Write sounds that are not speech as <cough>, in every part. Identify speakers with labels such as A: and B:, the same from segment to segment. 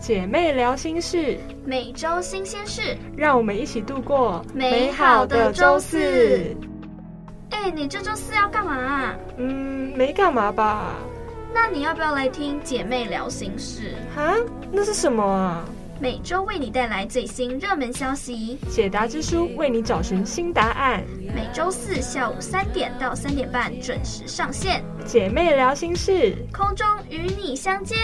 A: 姐妹聊心事，
B: 每周新鲜事。
A: 让我们一起度过
B: 美好的周四。哎，你这周四要干嘛、啊？
A: 嗯，没干嘛吧？
B: 那你要不要来听姐妹聊心事？
A: 哈，那是什么啊？
B: 每周为你带来最新热门消息。
A: 解答之书为你找寻新答案。
B: 每周四下午三点到三点半准时上线，
A: 姐妹聊心事，
B: 空中与你相见。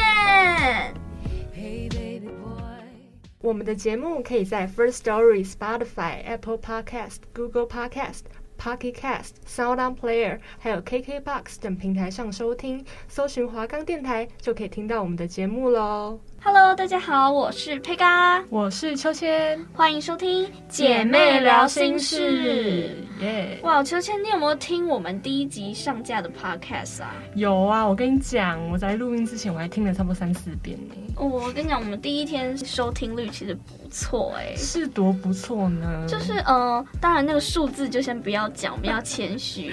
A: 我们的节目可以在 First Story、Spotify、Apple Podcast、Google Podcast、Pocket Cast、Sound On Player，还有 KKBox 等平台上收听，搜寻华冈电台就可以听到我们的节目喽。
B: Hello，大家好，我是佩嘎，
A: 我是秋千，
B: 欢迎收听《》。
A: 耶
B: 哇，秋千，你有没有听我们第一集上架的 podcast 啊？
A: 有啊，我跟你讲，我在录音之前我还听了差不多三四遍呢，
B: 哦我跟你讲，我们第一天收听率其实不错哎、
A: 是多不错呢。
B: 就是呃，当然那个数字就先不要讲，我们要
A: <laughs>
B: 谦虚。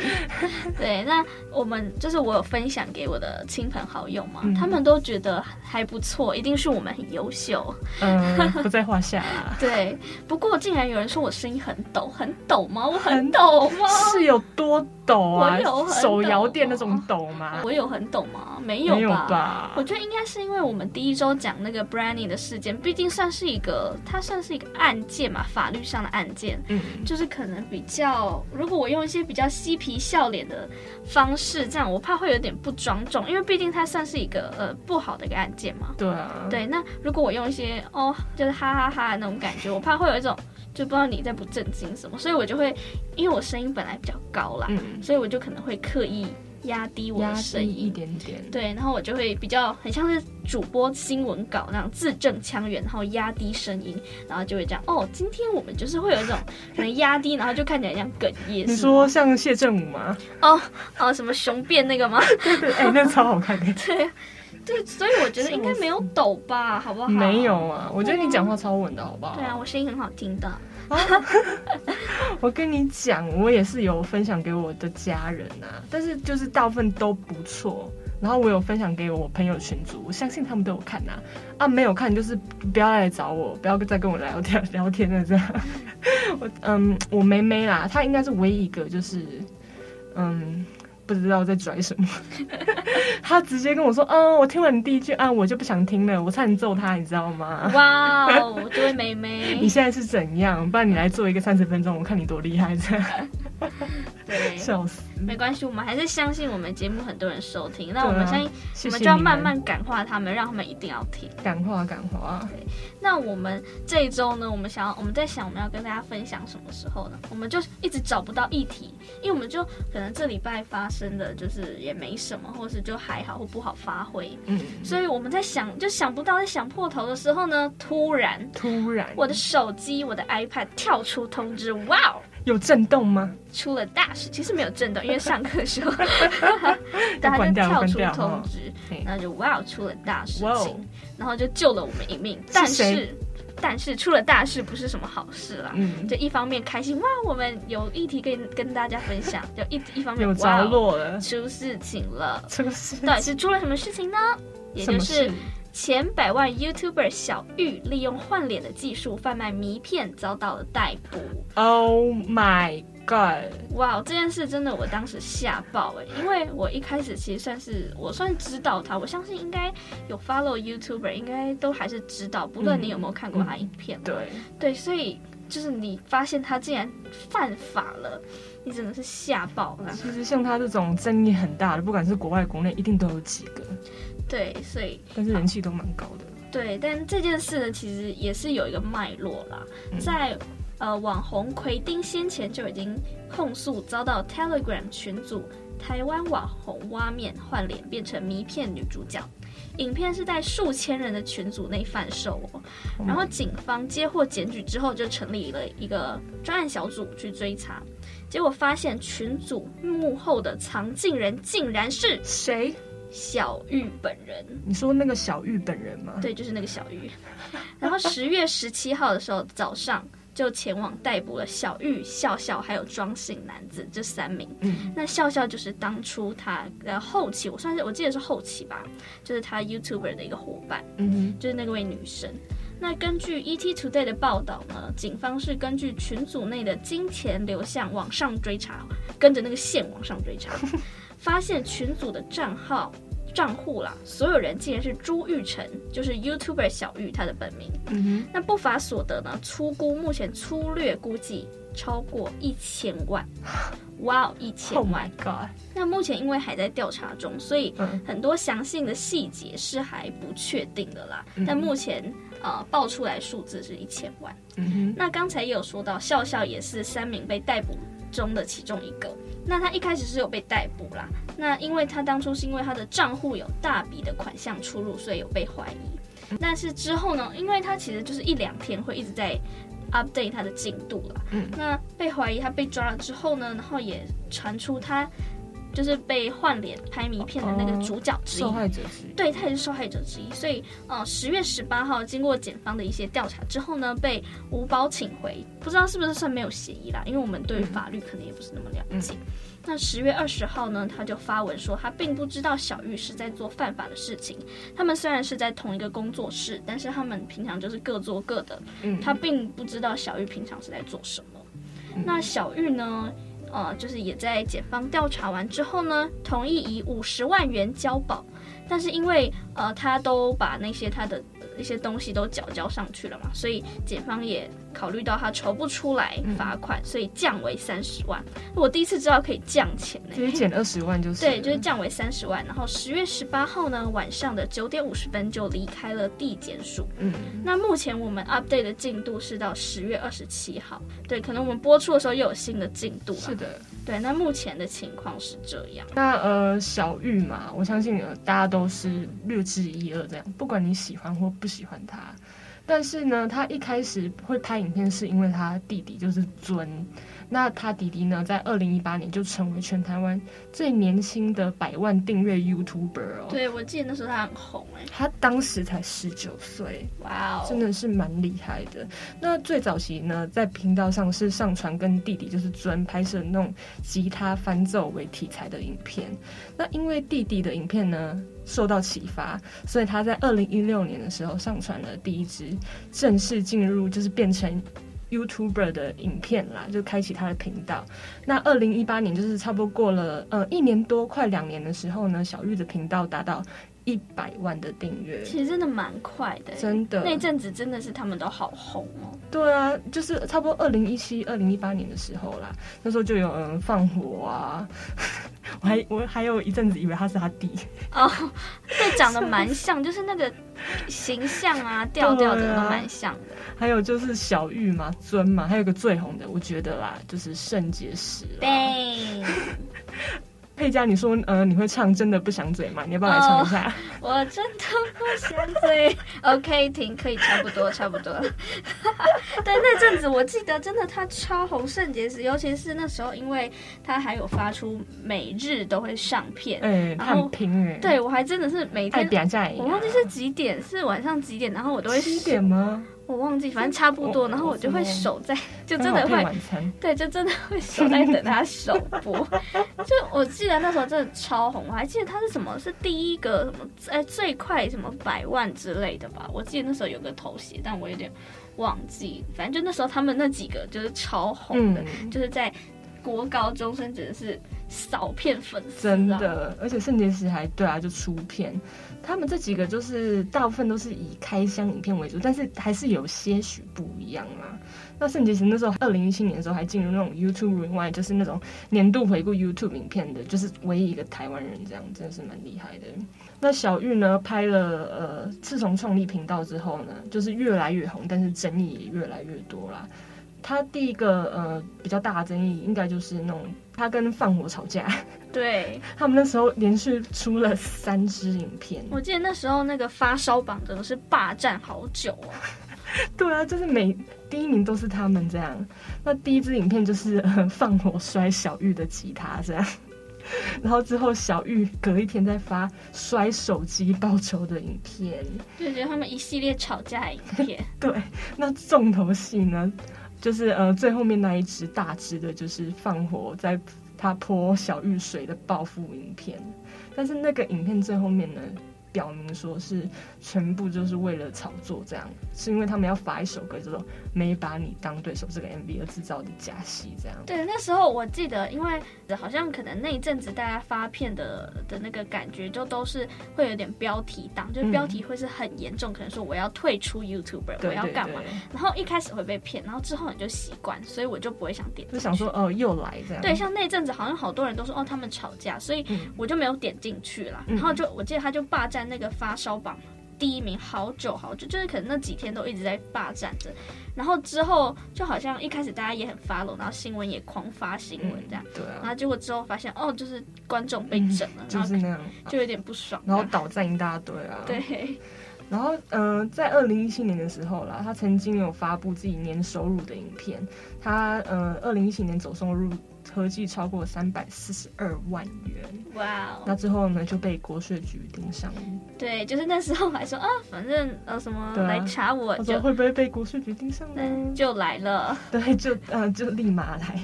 B: 对，那我们就是我有分享给我的亲朋好友嘛，
A: 嗯
B: 他们都觉得还不错，一定是我们很优
A: <laughs>
B: 秀。
A: 嗯、不在话下啊啦。
B: 对，不过竟然有人说我声音很抖，很抖吗？我很抖吗？
A: 是有多抖啊
B: 我有？很
A: 手
B: 抖
A: 摇店那
B: 啊
A: 种抖吗？
B: 我有很抖吗？没
A: 没
B: 有
A: 有
B: 吧。
A: 吧
B: 我觉得应该是因为我们第一周讲那个 Brandy 的事件，毕竟算是一个，它算是一个案件嘛，法律上的案件。
A: 嗯，
B: 就是可能比较，如果我用一些比较嬉皮笑脸的方式，这样我怕会有点不庄重，因为毕竟它算是一个呃不好的一个案件嘛。
A: 对啊，
B: 对，那如果我用一些哦，就是哈哈哈的那种感觉，我怕会有一种就不知道你在不正经什么，所以我就会，因为我声音本来比较高啦，
A: 嗯，
B: 所以我就可能会刻意压低啊我
A: 压
B: 的声
A: 低一
B: 音。
A: 点点。
B: 对，然后我就会比较很像是主播新闻稿那样字正腔圆，然后压低声音，然后就会这样。哦，今天我们就是会有一种可能压低，然后就看起来像哽咽。
A: 你
B: 是吗
A: 说像谢振武
B: <laughs>
A: 吗？
B: 哦哦什么雄辩那个吗？
A: 对，哎、那超好看的。
B: 对，所以我觉得应该没有抖吧，好不好？
A: 没有。啊，我觉得你讲话超稳的，好不好？
B: 对啊，我声音很好听的。
A: <laughs> 我跟你讲，我也是有分享给我的家人啊，但是就是大部分都不错。然后我有分享给我朋友群组，我相信他们都有看呐、啊。啊，没有看就是不要来找我，不要再跟我聊天聊天了这样。 <laughs> 我嗯，我妹妹啦，她应该是唯一一个就是嗯。不知道在拽什么， <laughs> 她直接跟我说：“嗯，我听完你第一句，啊，我就不想听了，我差点揍她，你知道吗？”
B: 哇哦，这位妹
A: <laughs> 你
B: 妹，
A: 现在是怎样？不然你来做一个三十分钟，我看你多厉害，这
B: <laughs>
A: 样
B: 对，
A: 笑死！
B: 没关系，我们还是相信我们节目很多人收听，那我
A: 对
B: 们
A: 啊
B: 相信
A: 谢谢
B: 我们
A: 你
B: 就要慢慢感化他们，让他们一定要听。
A: 感化感化。
B: 那我们这一周呢，我们想要我们在想我们要跟大家分享什么时候呢？我们就一直找不到议题，因为我们就可能这礼拜发生的就是也没什么，或是就还好或不好发挥，
A: 嗯，
B: 所以我们在想就想不到，在想破头的时候呢，突然
A: 突然
B: 我的手机我的 iPad 跳出通知，哇哦！
A: 有震动吗？
B: 出了大事，其实没有震动，因为上课的时候， <laughs>
A: 要
B: 大家
A: 关
B: 就
A: 掉
B: 跳
A: 关
B: 出
A: 掉
B: 通
A: 哦
B: 知
A: 嘿，
B: 然后就哇，哦出了大事
A: 哇哦
B: 情，然后就救了我们一命。但
A: 谁
B: 是，但是出了大事不是什么好事啦。
A: 嗯，
B: 就一方面开心哇，我们有议题跟跟大家
A: <laughs>
B: 分享；就一一方面
A: 有
B: 哇哦
A: 着，落了，
B: 出事情了。
A: 这个是
B: 到底是出了什么事情呢？也
A: 什
B: 就
A: 么
B: 是
A: 事？
B: 前百万 YouTuber 小玉利用换脸的技术贩卖迷片，遭到了逮捕。
A: ？Oh my god！
B: 哇，这件事真的我当时吓爆哎、因为我一开始其实算是我算知道他，我相信应该有 follow YouTuber，应该都还是知道，不论你有没有看过他影片。
A: 对，
B: 对，所以就是你发现他竟然犯法了，你真的是吓爆了。
A: 其实像他这种争议很大的，不管是国外国内，一定都有几个，
B: 对，所以
A: 但是人气都蛮高的。
B: 对，但这件事呢，其实也是有一个脉络啦，
A: 嗯
B: 在。呃，网红奎丁先前就已经控诉遭到 Telegram 群组台湾网红挖面换脸变成迷骗女主角，影片是在数千人的群组内贩售哦。然后警方接获检举之后，就成立了一个专案小组去追查，结果发现群组幕后的藏镜人竟然是
A: 谁？
B: 小玉本人。
A: 你说那个小玉本人吗？
B: 对，就是那个小玉。 <laughs> 然后十月十七号的时候早上就前往逮捕了小玉、笑笑还有庄姓男子这三名。
A: 嗯，
B: 那笑笑就是当初他的后期，我算是我记得是后期吧，就是他 YouTuber 的一个伙伴，
A: 嗯哼，
B: 就是那位女生。那根据 ET Today 的报道呢，警方是根据群组内的金钱流向往上追查，跟着那个线往上追查，发现群组的账号。账户啦，所有人竟然是朱玉成，就是 YouTuber 小玉他的本名。
A: 嗯哼，
B: 那不法所得呢？粗估目前粗略估计超过一千万，哇哦，一千
A: Oh
B: 万
A: my！god！
B: 那目前因为还在调查中，所以
A: 嗯
B: 很多详细的细节是还不确定的啦。
A: 嗯
B: 但目前呃爆出来数字是一千万。
A: 嗯哼，
B: 那刚才也有说到，笑笑也是三名被逮捕中的其中一个。那他一开始是有被逮捕啦，那因为他当初是因为他的账户有大笔的款项出入，所以有被怀疑。但是之后呢，因为他其实就是一两天会一直在 update 他的进度啦。
A: 嗯
B: 那被怀疑他被抓了之后呢，然后也传出他就是被换脸拍迷片的那个
A: 哦
B: 主角之一。
A: 受害者之一。
B: 对，他也是受害者之一。所以，呃，十月十八号，经过检方的一些调查之后呢，被吴宝请回，不知道是不是算没有嫌疑啦，因为我们对于法律可能也不是那么了解。那十月二十号呢，他就发文说，他并不知道小玉是在做犯法的事情。他们虽然是在同一个工作室，但是他们平常就是各做各的，
A: 嗯
B: 他并不知道小玉平常是在做什么。那小玉呢？呃，就是也在检方调查完之后呢，同意以五十万元交保，但是因为呃，他都把那些他的呃一些东西都缴交上去了嘛，所以检方也考虑到他筹不出来罚款，所以降为三十万。我第一次知道可以降钱呢、
A: 就是减二十万就是了。
B: 对，就是降为三十万。然后十月十八号呢，晚上的九点五十分就离开了地检署。
A: 嗯，
B: 那目前我们 update 的进度是到十月二十七号，对，可能我们播出的时候又有新的进度
A: 是
B: 了。
A: 的。
B: 对，那目前的情况是这样。
A: 那呃，小玉嘛，我相信呃大家都是略知一二这样，不管你喜欢或不喜欢他。但是呢，他一开始会拍影片，是因为他弟弟就是尊。那他弟弟呢，在二零一八年就成为全台湾最年轻的百万订阅 YouTuber 哦。
B: 对，我记得那时候他很红哎、
A: 他当时才十九岁，
B: 哇哦，
A: 真的是蛮厉害的。那最早期呢，在频道上是上传跟弟弟就是尊拍摄那种吉他翻奏为题材的影片。那因为弟弟的影片呢受到启发，所以他在二零一六年的时候上传了第一支，正式进入就是变成。YouTuber 的影片啦，就开启他的频道。那二零一八年就是差不多过了呃一年多，快两年的时候呢，小玉的频道达到一百万的订阅，
B: 其实真的蛮快的、欸，
A: 真的。
B: 那阵子真的是他们都好红哦。
A: 对啊，就是差不多二零一七、二零一八年的时候啦，那时候就有人放火啊， <laughs> 我还我还有一阵子以为他是他弟， <laughs>
B: 哦，对，长得蛮像，就是那个形象啊、调调
A: 对
B: 的
A: 啊
B: 都蛮像的。
A: 还有就是小玉嘛、尊嘛，还有一个最红的，我觉得啦，就是肾结石啦。
B: 对，
A: 佩佳，你说呃你会唱《真的不想嘴》吗？你要不要来唱一下？
B: 哦我真的不想醉。OK，停，可以，差不多，差不多了。 <laughs> 对，那阵子我记得真的他超红圣结石，尤其是那时候，因为他还有发出每日都会上
A: <laughs>
B: 片，
A: 哎、他很拼哎、，
B: 哦对我还真的是每
A: 太
B: 天。
A: 嗲架哎，
B: 我忘记是几点，是晚上几点，然后我都会
A: 七点吗？
B: 我忘记，反正差不多，
A: 我
B: 然后我就会守在，就真
A: 刚好
B: 的
A: 配
B: 会，
A: 晚餐，
B: 对，就真的会守在等他首播。 <laughs> 就我记得那时候真的超红，我还记得他是什么，是第一个什么，哎，最快什么百万之类的吧。我记得那时候有个头衔，但我有点忘记。反正就那时候他们那几个就是超红的，
A: 嗯
B: 就是在国高中生真的是扫片粉丝、啊，
A: 真。的，而且圣结石还对啊，就出片。他们这几个就是大部分都是以开箱影片为主，但是还是有些许不一样啦。那圣结石那时候，二零一七年的时候还进入那种 YouTube Rewind，就是那种年度回顾 YouTube 影片的，就是唯一一个台湾人这样，真的是蛮厉害的。那小玉呢，拍了呃，自从创立频道之后呢，就是越来越红，但是争议也越来越多啦。他第一个呃比较大的争议，应该就是那种他跟放火吵架，
B: 对，
A: 他们那时候连续出了三支影片。
B: 我记得那时候那个发烧榜真的是霸占好久哦。
A: 对啊，就是每第一名都是他们这样。那第一支影片就是、呃、放火摔小玉的吉他这样， <laughs> 然后之后小玉隔一天再发摔手机报仇的影片。
B: 就觉得他们一系列吵架的影片，
A: <laughs> 对，那重头戏呢，就是呃最后面那一支大支的，就是放火在他泼小玉水的报复影片。但是那个影片最后面呢，表明说是全部就是为了炒作，这样是因为他们要发一首歌叫做《没把你当对手》这个 MV 而制造的假戏，这样。
B: 对，那时候我记得，因为好像可能那一阵子大家发片的的那个感觉，就都是会有点标题党，就是标题会是很严重，可能说我要退出 YouTuber，我
A: 嗯对
B: 要
A: 对
B: 干嘛。
A: 对，
B: 然后一开始会被骗，然后之后你就习惯，所以我就不会想点进去。
A: 就想说哦、又来这样。
B: 对，像那阵子好像好多人都说哦他们吵架，所以
A: 嗯
B: 我就没有点进去啦。
A: 嗯
B: 然后就我记得他就霸占那个发烧榜第一名好久好久，就是可能那几天都一直在霸占着。然后之后就好像一开始大家也很 follow，然后新闻也狂发新闻这样。
A: 对
B: 然
A: 啊，
B: 后结果之后发现哦，就是观众被整了，
A: 嗯就
B: 然后
A: 是那样。
B: 就有点不爽。
A: 然后倒站一大堆啊，
B: 对，
A: 然后，嗯、在二零一七年的时候啦，他曾经有发布自己年收入的影片，他呃，二零一七年总收入合计超过三百四十二万元。
B: 哇哦
A: 那，之后呢，就被国税局盯上。
B: 对，就是那时候还说啊，反正呃什么
A: 对啊
B: 来查我
A: 他
B: 就嗯
A: 说会不会被国税局盯上呢？
B: 就来了，
A: <laughs> 对，就呃就立马来了。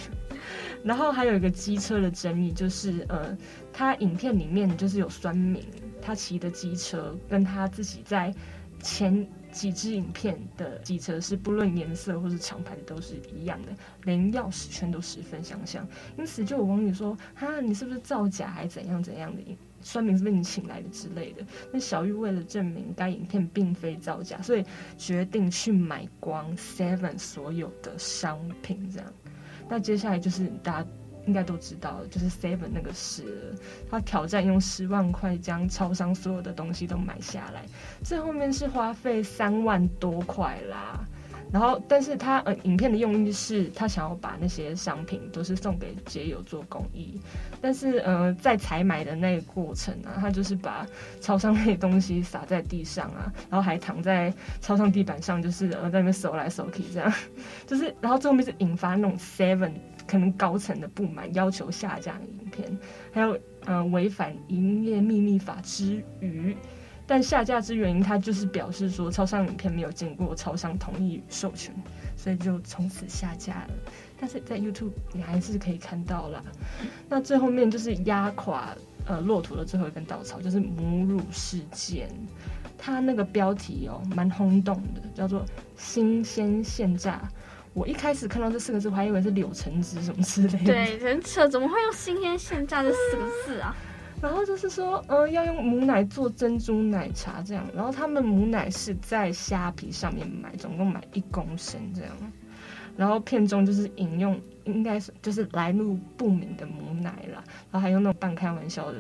A: 然后还有一个机车的争议，就是呃，他影片里面就是有酸民，他骑的机车跟他自己在前几支影片的机车是不论颜色或是厂牌的都是一样的，连钥匙圈都十分相像，因此就有网友说哈你是不是造假还怎样怎样的影。酸民是被你请来的之类的，那小玉为了证明该影片并非造假，所以决定去买光 Seven 所有的商品，这样。那接下来就是大家应该都知道了，就是 Seven 那个事了，他挑战用十万块将超商所有的东西都买下来，最后面是花费三万多块啦。然后，但是他呃，影片的用意是他想要把那些商品都是送给街友做公益，但是呃，在采买的那个过程啊，他就是把超商那些东西撒在地上啊，然后还躺在超商地板上，就是呃在那边手来手去这样， <laughs> 就是然后最后面是引发那种 Seven 可能高层的不满，要求下架影片，还有呃违反营业秘密法之余。但下架之原因，他就是表示说，超商影片没有经过超商同意与授权，所以就从此下架了。但是在 YouTube 你还是可以看到啦。那最后面就是压垮呃骆驼的最后一根稻草，就是母乳事件。它那个标题哦，蛮轰动的，叫做“新鲜现榨”。我一开始看到这四个字，我还以为是柳橙汁什么之类的。
B: 对，人扯怎么会用新鲜现榨这四个字啊？
A: 然后就是说，呃，要用母奶做珍珠奶茶这样。然后他们母奶是在虾皮上面买，总共买一公升这样。然后片中就是引用，应该是就是来路不明的母奶啦，然后还用那种半开玩笑的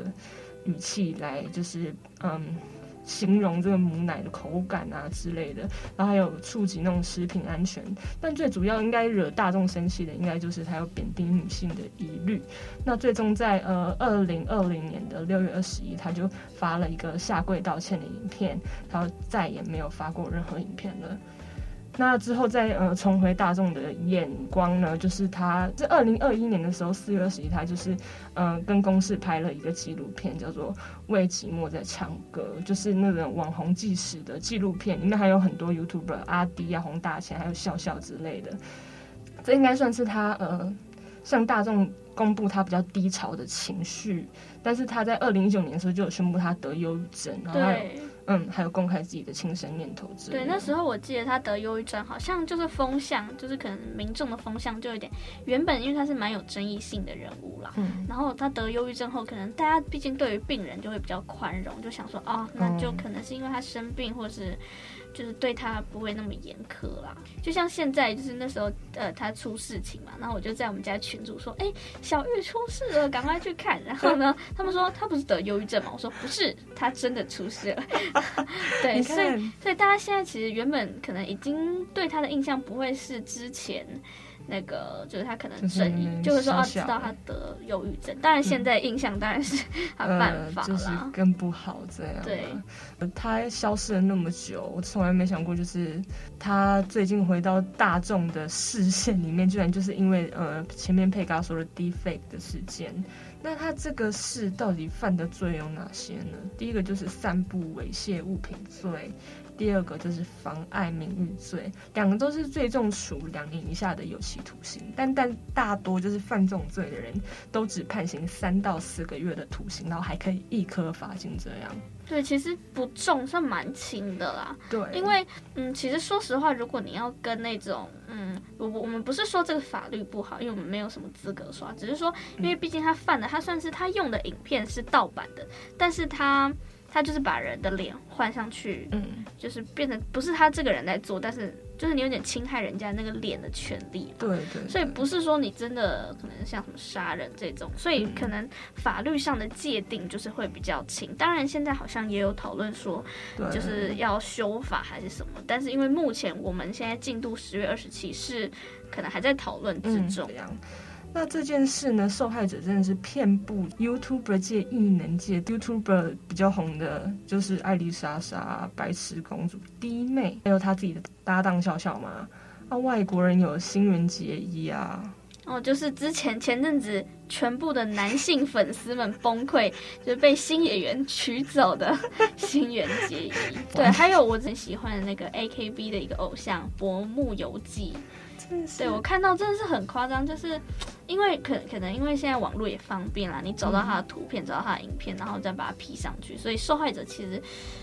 A: 语气来，就是嗯。形容这个母奶的口感啊之类的，然后还有触及那种食品安全，但最主要应该惹大众生气的，应该就是它有贬低女性的疑虑。那最终在呃二零二零年的六月二十一，他就发了一个下跪道歉的影片，然后再也没有发过任何影片了。那之后再呃重回大众的眼光呢，就是他在二零二一年的时候四月二十一，他就是呃跟公司拍了一个纪录片，叫做《为寂寞在唱歌》，就是那种网红纪实的纪录片，里面还有很多 YouTuber 阿迪啊、洪大钱还有笑笑之类的。这应该算是他呃向大众公布他比较低潮的情绪，但是他在二零一九年的时候就有宣布他得忧郁症，然后还有
B: 对
A: 嗯还有公开自己的轻生念头之类
B: 对，
A: 的。
B: 那时候我记得他得忧郁症，好像就是风向，就是可能民众的风向就有点，原本因为他是蛮有争议性的人物啦。
A: 嗯。
B: 然后他得忧郁症后，可能大家毕竟对于病人就会比较宽容，就想说哦，那就可能是因为他生病，或是就是对他不会那么严苛啦。就像现在，就是那时候呃他出事情嘛，然后我就在我们家群主说，哎、小玉出事了，赶快去看。然后
A: <laughs>
B: 呢，他们说他不是得忧郁症嘛，我说不是，他真的出事
A: <laughs>
B: 了。对，
A: 你
B: 所以
A: 看，
B: 所以大家现在其实原本可能已经对他的印象不会是之前那个，就是他可能
A: 就是
B: 正义，就会说
A: 小
B: 啊，知
A: 小
B: 道他得忧郁症。当然现在印象当然是他办法
A: 呃、就是
B: 啦。
A: 更不好这样、啊。
B: 对
A: 呃，他消失了那么久，我从来没想过，就是他最近回到大众的视线里面，居然就是因为呃前面佩嘎说的 defect 的事件。那他这个事到底犯的罪有哪些呢？第一个就是散布猥亵物品罪。第二个就是妨碍名誉罪，两个都是最重处两年以下的有期徒刑，但但大多就是犯这种罪的人，都只判刑三到四个月的徒刑，然后还可以一颗罚金这样。
B: 对，其实不重，算蛮轻的啦。
A: 对，
B: 因为嗯，其实说实话，如果你要跟那种嗯，我我我们不是说这个法律不好，因为我们没有什么资格说啊，只是说，因为毕竟他犯的，他算是他用的影片是盗版的，但是他他就是把人的脸换上去，
A: 嗯，
B: 就是变成不是他这个人在做，但是就是你有点侵害人家那个脸的权利。
A: 对对对
B: 所以不是说你真的可能像什么杀人这种，所以可能法律上的界定就是会比较轻。当然，现在好像也有讨论说，
A: 对
B: 就是要修法还是什么，但是因为目前我们现在进度十月二十七是可能还在讨论之中
A: 嗯这。样。那这件事呢，受害者真的是遍布 YouTuber 界、艺能界，YouTuber 比较红的就是艾丽莎莎、白痴公主、弟妹，还有她自己的搭档笑笑嘛。啊，外国人有新垣结衣啊，
B: 哦，就是之前前阵子全部的男性粉丝们崩溃，就是被新演员取走的 <laughs> 新垣结衣。对，还有我很喜欢的那个 AKB 的一个偶像薄木游纪。
A: 真的是
B: 对我看到真的是很夸张，就是因为可可能因为现在网络也方便啦，你找
A: 嗯
B: 到他的图片，找到他的影片，然后再把它 P 上去，所以受害者其实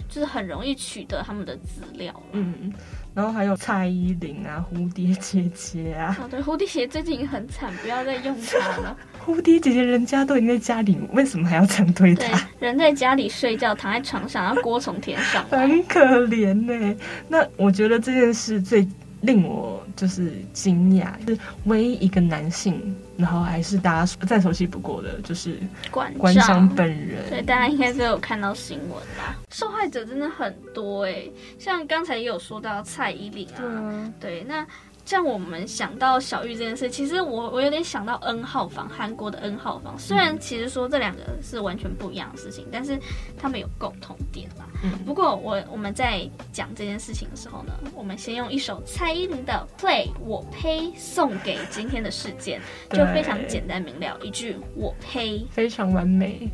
B: 就是很容易取得他们的资料啦。
A: 嗯，然后还有蔡依林啊、蝴蝶姐姐啊，
B: 哦，对，蝴蝶鞋最近很惨，不要再用它
A: <laughs>
B: 了。
A: 蝴蝶姐姐人家都已经在家里，为什么还要这样对
B: 对
A: 她？，
B: 人在家里睡觉，躺在床上，然后锅从天上来。
A: 很可怜呢、那我觉得这件事最令我就是惊讶，是唯一一个男性，然后还是大家再熟悉不过的，就是
B: 馆
A: 关
B: 长
A: 商本
B: 对，
A: 人。
B: 大家应该都有看到新闻吧？受害者真的很多哎、像刚才也有说到蔡依林啊，
A: 啊，
B: 对，那像我们想到小玉这件事，其实我我有点想到 N 号房，韩国的 N 号房。
A: 嗯
B: 虽然其实说这两个是完全不一样的事情，但是他们有共同点啦。
A: 嗯
B: 不过我我们在讲这件事情的时候呢，我们先用一首蔡依林的《Play 我呸》送给今天的事件，就
A: 对
B: 非常简单明了，一句我呸。
A: 非常完美。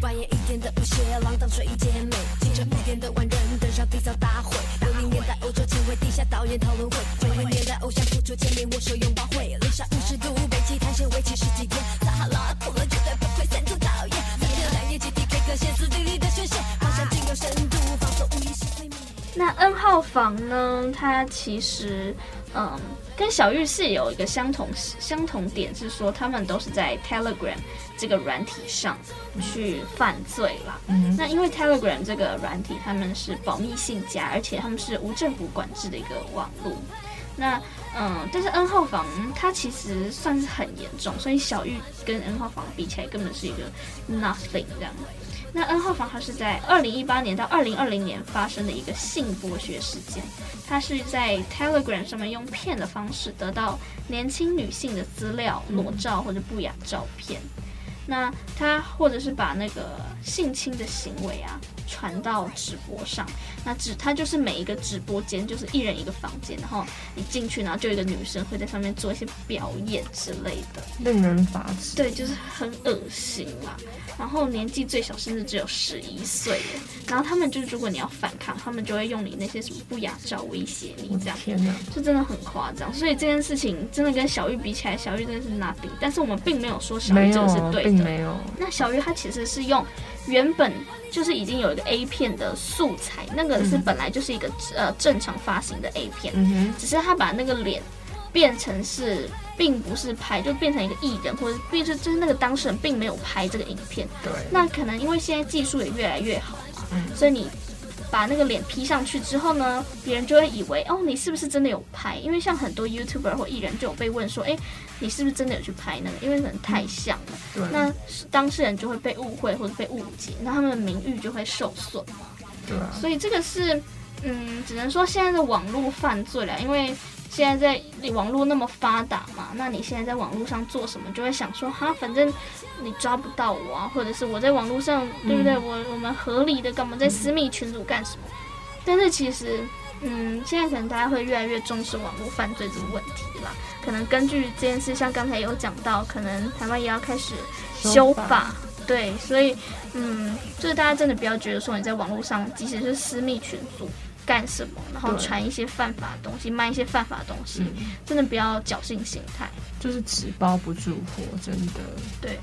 C: 扮演一天的不屑，浪荡水一间美，清晨五点的万人登上缔造大会。六零年代欧洲前卫地下导演讨论会，九零年代偶像付出见面握手拥抱会，零下五十度北极探险为期十几天，撒哈拉酷热绝对不愧三足导演，三天两夜集体 K 歌，歇斯底里的宣泄，放下仅有深度，放松无疑是最美。
B: 那 N 号房呢？它其实，嗯，跟小玉是有一个相同相同点，是说他们都是在 Telegram 这个软体上去犯罪啦。
A: 嗯
B: 那因为 Telegram 这个软体，他们是保密性佳，而且他们是无政府管制的一个网络。那嗯，但是 N 号房它其实算是很严重，所以小玉跟 N 号房比起来，根本是一个 nothing 这样。那 N 号房它是在二零一八年到二零二零年发生的一个性剥削事件，它是在 Telegram 上面用骗的方式得到年轻女性的资料、裸照或者不雅照片。那他或者是把那个性侵的行为啊传到直播上，那直他就是每一个直播间就是一人一个房间，然后你进去，然后就有一个女生会在上面做一些表演之类的。
A: 令人发指。
B: 对，就是很恶心啦。然后年纪最小甚至只有十一岁耶。然后他们就是，如果你要反抗，他们就会用你那些什么不雅照威胁你
A: 我
B: 这
A: 的
B: 样。
A: 天哪！
B: 就真的很夸张，所以这件事情真的跟小玉比起来，小玉真的是 nothing。但是我们并没有说小
A: 没
B: 玉这
A: 有
B: 个是
A: 啊，
B: 对
A: 并
B: 的。
A: 没有，
B: 那小鱼它其实是用原本就是已经有一个 A 片的素材，那个是本来就是一个、呃正常发行的 A 片，
A: 嗯哼，
B: 只是他把那个脸变成是，并不是拍，就变成一个艺人，或者并是就是那个当事人并没有拍这个影片。
A: 对，
B: 那可能因为现在技术也越来越好嘛，
A: 嗯
B: 所以你把那个脸 P 上去之后呢，别人就会以为哦，你是不是真的有拍？因为像很多 YouTuber 或艺人就有被问说，哎，你是不是真的有去拍那个？因为可能太像了，
A: 对，啊
B: 那当事人就会被误会或者被误解，那他们的名誉就会受损。
A: 对啊，
B: 所以这个是，嗯，只能说现在的网络犯罪了，因为现在在网络那么发达嘛，那你现在在网络上做什么，就会想说，哈，反正你抓不到我啊，或者是我在网络上，对不对？我我们合理的干嘛，在私密群组干什么？但是其实。嗯，现在可能大家会越来越重视网络犯罪这个问题啦。可能根据这件事，像刚才有讲到，可能台湾也要开始修法，对，所以嗯，就是大家真的不要觉得说你在网络上，即使是私密群组干什么，然后
A: 对
B: 传一些犯法的东西，卖一些犯法的东西，
A: 嗯，
B: 真的不要侥幸心态。
A: 就是纸包不住火，真的。
B: 对，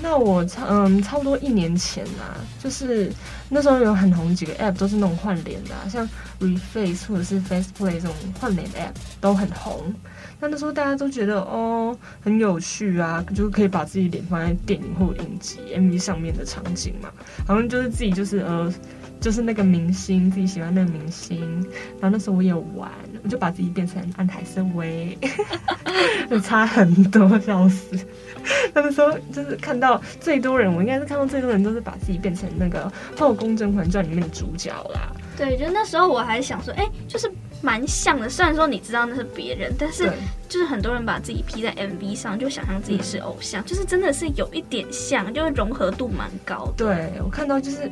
A: 那我差嗯，差不多一年前啊，就是那时候有很红几个 app，都是那种换脸的、啊，像 Reface 或者是 FacePlay 这种换脸 app 都很红。那那时候大家都觉得哦很有趣啊，就是可以把自己脸放在电影或影集 MV 上面的场景嘛，好像就是自己就是呃就是那个明星，自己喜欢那个明星。然后那时候我也有玩，我就把自己变成安海瑟薇，就差很多，笑死。 <laughs> 他们说，就是看到最多人，我应该是看到最多人都是把自己变成那个《后宫甄嬛传》里面的主角啦。
B: 对，就那时候我还想说，哎、就是蛮像的。虽然说你知道那是别人，但是
A: 对，
B: 就是很多人把自己 P 在 MV 上，就想象自己是偶像，就是真的是有一点像，就是融合度蛮高的。
A: 对我看到就是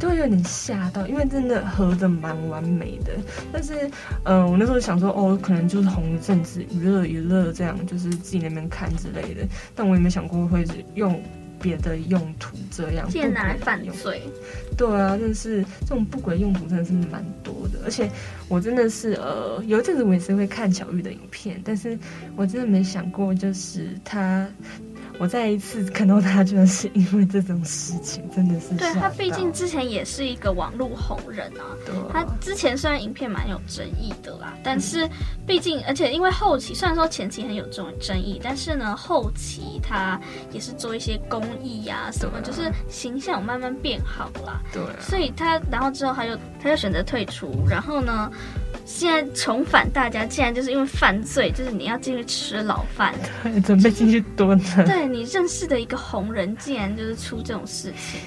A: 都有点吓到，因为真的合的蛮完美的。但是，嗯、我那时候想说，哦，可能就是红一阵子，娱乐娱乐这样，就是自己那边看之类的。但我也没想过会是用别的用途这样，
B: 竟然拿来
A: 不可
B: 犯
A: 用
B: 罪，
A: 对啊，真的是这种不轨用途真的是蛮多的，而且我真的是呃，有一阵子我也是会看小玉的影片，但是我真的没想过，就是他，我再一次看到他，居然是因为这种事情，真的是
B: 对
A: 吓
B: 他
A: 到
B: 毕竟之前也是一个网络红人啊，
A: 对啊
B: 他之前虽然影片蛮有争议的啦，但是毕竟，而且因为后期虽然说前期很有争争议，但是呢，后期他也是做一些公益呀、什
A: 对
B: 么，
A: 啊
B: 就是形象有慢慢变好啦。
A: 对啊
B: 所以他，然后之后他就他就选择退出，然后呢，现在重返大家，竟然就是因为犯罪，就是你要进去吃牢饭，
A: 对，准备进去蹲 <laughs> 了。
B: 对你认识的一个红人，竟然就是出这种事情。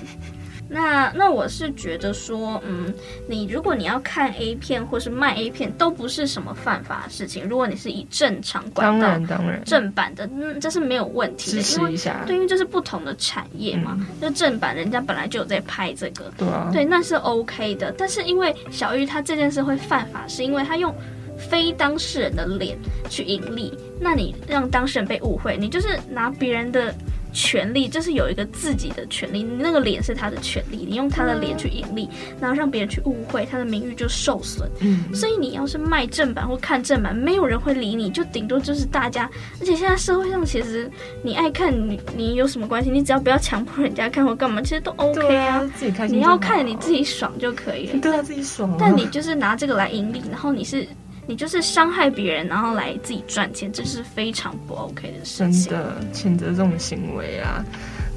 B: 那那我是觉得说，嗯，你如果你要看 A 片或是卖 A 片，都不是什么犯法的事情。如果你是以正常管
A: 当
B: 道
A: 然、当然，
B: 正版的，嗯，这是没有问
A: 支
B: 题的，因
A: 持一嗯
B: 为
A: 下，
B: 对，因为这是不同的产业嘛，就正版人家本来就有在拍这个，
A: 对啊，
B: 对，那是 OK 的。但是因为小玉她这件事会犯法，是因为她用非当事人的脸去盈利，那你让当事人被误会，你就是拿别人的权利，就是有一个自己的权利，你那个脸是他的权利，你用他的脸去盈利，然后让别人去误会，他的名誉就受损。
A: 嗯，
B: 所以你要是卖正版或看正版，没有人会理你，就顶多就是大家。而且现在社会上，其实你爱看你你有什么关系？你只要不要强迫人家看或干嘛，其实都 OK
A: 对
B: 啊
A: 啊，自己开心，
B: 你要看你自，己爽就可以了。
A: 对啊，自己爽啊。
B: 但你就是拿这个来盈利，然后你是你就是伤害别人，然后来自己赚钱，这是非常不 OK 的事
A: 真
B: 情。
A: 的谴责这种行为啊。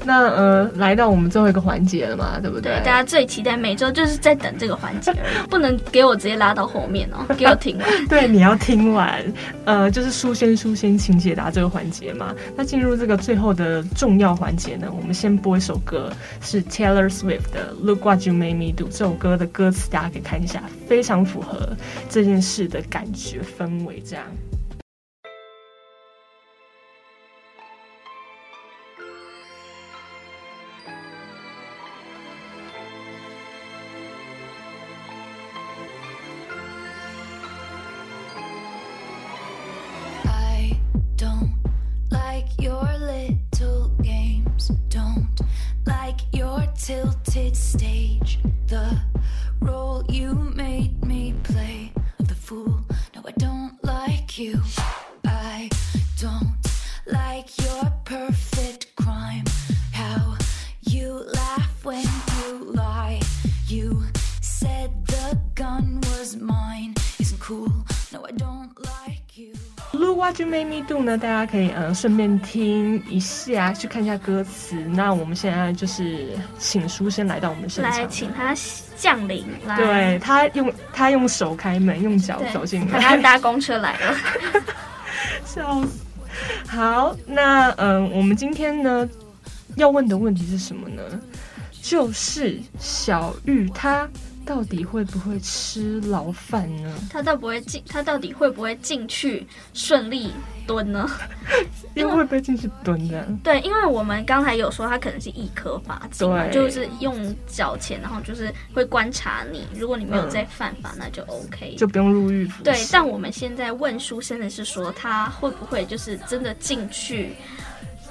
A: 那呃，来到我们最后一个环节了嘛，对不
B: 对，大家最期待每周就是在等这个环节而已，不能给我直接拉到后
A: <laughs>
B: 面哦，给我听完。
A: 对，你要听完，呃，就是书先书先，请解答这个环节嘛。那进入这个最后的重要环节呢，我们先播一首歌，是 Taylor Swift 的《Look What You Made Me Do》。这首歌的歌词大家可以看一下，非常符合这件事的感觉氛围。这样，
D: I don't like your little games. Don't like your tilted stage. The role you made me play of the fool. No, I don't like you. I don't like your perfect crime. cool. No, I don't like you.
A: Look What You Made Me Do 呢，大家可以嗯顺便听一下，去看一下歌词。那我们现在就是请书先来到我们现
B: 来，
A: 场，
B: 请他降临，来，
A: 对他用他用手开门，用脚
B: 对
A: 走进
B: 他刚
A: 来，
B: 搭公车来了，
A: 笑死。 <laughs> 好，那嗯，我们今天呢要问的问题是什么呢？就是小玉她到底会不会吃牢饭呢？
B: 他到不会进，他到底会不会进去顺利蹲呢？
A: 因为会被进去蹲的，
B: 对，因为我们刚才有说他可能是一科法进嘛，
A: 对
B: 就是用脚前，然后就是会观察你，如果你没有在犯法，那就 OK。
A: 嗯就不用入狱服
B: 对，
A: 刑
B: 但我们现在问书生的是说他会不会就是真的进去，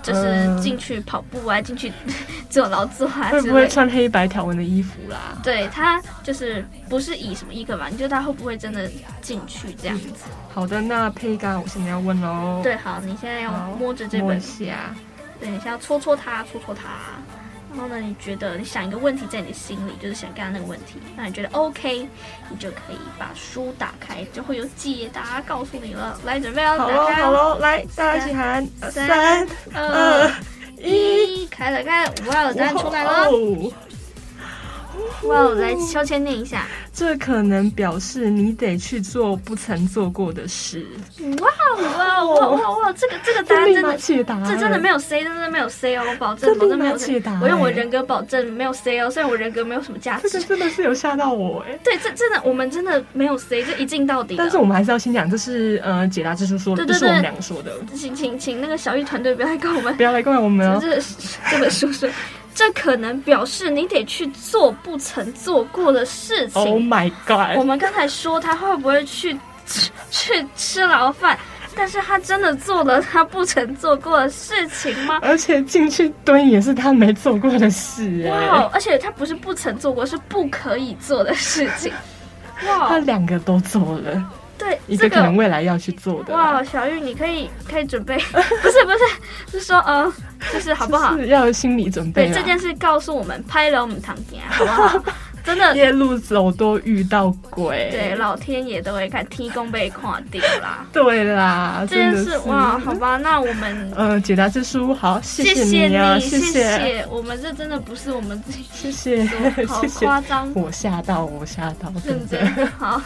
B: 就是
A: 嗯
B: 进去跑步啊，进去 <laughs> 坐牢坐啊
A: 会
B: 之
A: 不会
B: 类的。
A: 穿黑白条纹的衣服啦？
B: 对他就是不是以什么一科法，你就他会不会真的进去这样子？
A: 好的，那佩嘎，我现在要问喽。
B: 对，好，你现在要
A: 好，
B: 摸着这
A: 哦摸一
B: 本
A: 下。
B: 对，你先要戳戳它，戳戳它。然后呢，你觉得你想一个问题在你心里，就是想刚刚那个问题，那你觉得 OK，你就可以把书打开，就会有解答告诉你了。来，准备要
A: 好
B: 打
A: 喽
B: 开
A: 好
B: 哦，
A: 喽，来，大家一起喊呃
B: 三
A: 三
B: 二
A: 二一，
B: 一，开了开了，哇哦，答案出来
A: 哇
B: 了，
A: 哦
B: 哇哦，来悄悄念一下，
A: 这可能表示你得去做不曾做过的事。
B: 哇哦哇哦哇哦哇哦哇哦，这个这个答案
A: 立
B: 真
A: 马
B: 的。
A: 解答，
B: 这真的没
A: 有。
B: 有 C，真的没有 C 哦，我保证，
A: 这
B: 保
A: 立
B: 证没
A: 马
B: 有 C
A: 解答。
B: 我用我
A: 欸
B: 人格保证没有 C 哦，虽然我人格没有什么价
A: 这个
B: 值。
A: 真的是有吓到我啊哎、
B: 对，这真的我们真的没有 C，就一镜到底的。
A: 但是我们还是要先讲，这是呃解答之书说的，
B: 对
A: 不
B: 对
A: 是我们
B: 对
A: 两个说的，
B: 请请请那个小玉团队不要来跟我们
A: <laughs> 不要来怪我们哦。
B: 这这本书说，这可能表示你得去做不曾做过的事
A: Oh
B: 情。
A: my
B: 我
A: god！
B: 们刚才说他会不会去吃去吃牢饭，但是他真的做了他不曾做过的事情
A: <laughs>
B: 吗？
A: 而且进去蹲也是他没做过的事哎、
B: 哇哦！而且他不是不曾做过，是不可以做的事情。
A: <laughs>
B: 哇
A: 他
B: 哦！
A: 两个都做了，
B: 对，
A: 一
B: 这
A: 个可
B: 个
A: 能未来要去做的啦，
B: 哇，哦小玉，你可以可以准备， <laughs> 不是不是，是说呃，就是好不好
A: 就？是要有心理准备啊
B: 对
A: 啦。
B: 这件事告诉我们，拍了我们堂
A: <laughs>
B: 家，好不好？真的，
A: 夜路走多遇到鬼，
B: 对老天爷都会看，天公被看掉
A: <laughs>
B: 啦。
A: 对啦，
B: 这件
A: 真的
B: 事
A: 是
B: 哇，好吧，那我们
A: 呃，解答之书，好， <laughs> 谢你啊，
B: 你，
A: 谢
B: 谢
A: 谢，
B: 我们这真的不是我们自己
A: 谢谢，
B: <laughs> 好
A: 谢谢
B: 夸，张，
A: 我吓到，我吓到，
B: 认
A: 真
B: 真 <laughs>
A: 的，
B: 好，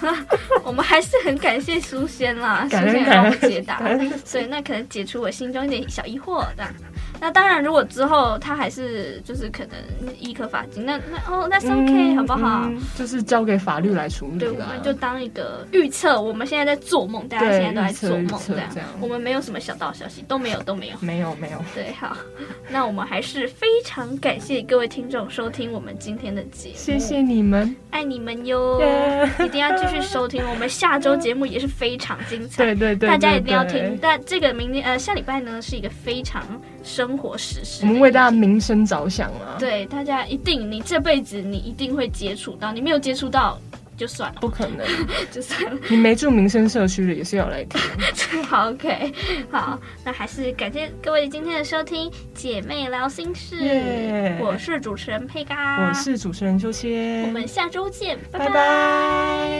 B: 我们还是很感谢苏仙啦，苏
A: 感恩
B: 仙也帮我们
A: 感恩
B: 解答
A: 感恩，
B: 所以那可能解除我心中一点小疑惑这样。那当然，如果之后他还是就是可能医科法金，那那哦，那是 OK，、
A: 嗯
B: 好不好？
A: 嗯就是交给法律来处理
B: 对，我
A: 啦
B: 们。就当一个预测，我们现在在做梦，大家
A: 对
B: 现在都在做
A: 预测
B: 梦
A: 预，测
B: 这样
A: 这样，
B: 我们没有什么小道消息，都没有，都没有。
A: 没有没有，
B: 对，好，那我们还是非常感谢各位听众收听我们今天的节目，
A: 谢谢你们，
B: 爱你们哟
A: <laughs> Yeah
B: 一定要继续收听，我们下周节目也是非常精彩。
A: 对对对，
B: 大家
A: 对
B: 一定要
A: 对
B: 听，但这个明天呃下礼拜呢是一个非常生活实
A: 我
B: 事的一集，
A: 们为大家民生着想啊，，
B: 对大家一定，你这辈子你一定会接触到，你没有接触到就算了，
A: 不可能，
B: 就算了。
A: 你没住民生社区的也是要来听，
B: 好，OK，好，那还是感谢各位今天的收听《姐妹聊心事》
A: 耶
B: 我是主持人佩嘎，
A: 我，是主持人秋千，
B: 我们下周见，拜
A: 拜拜。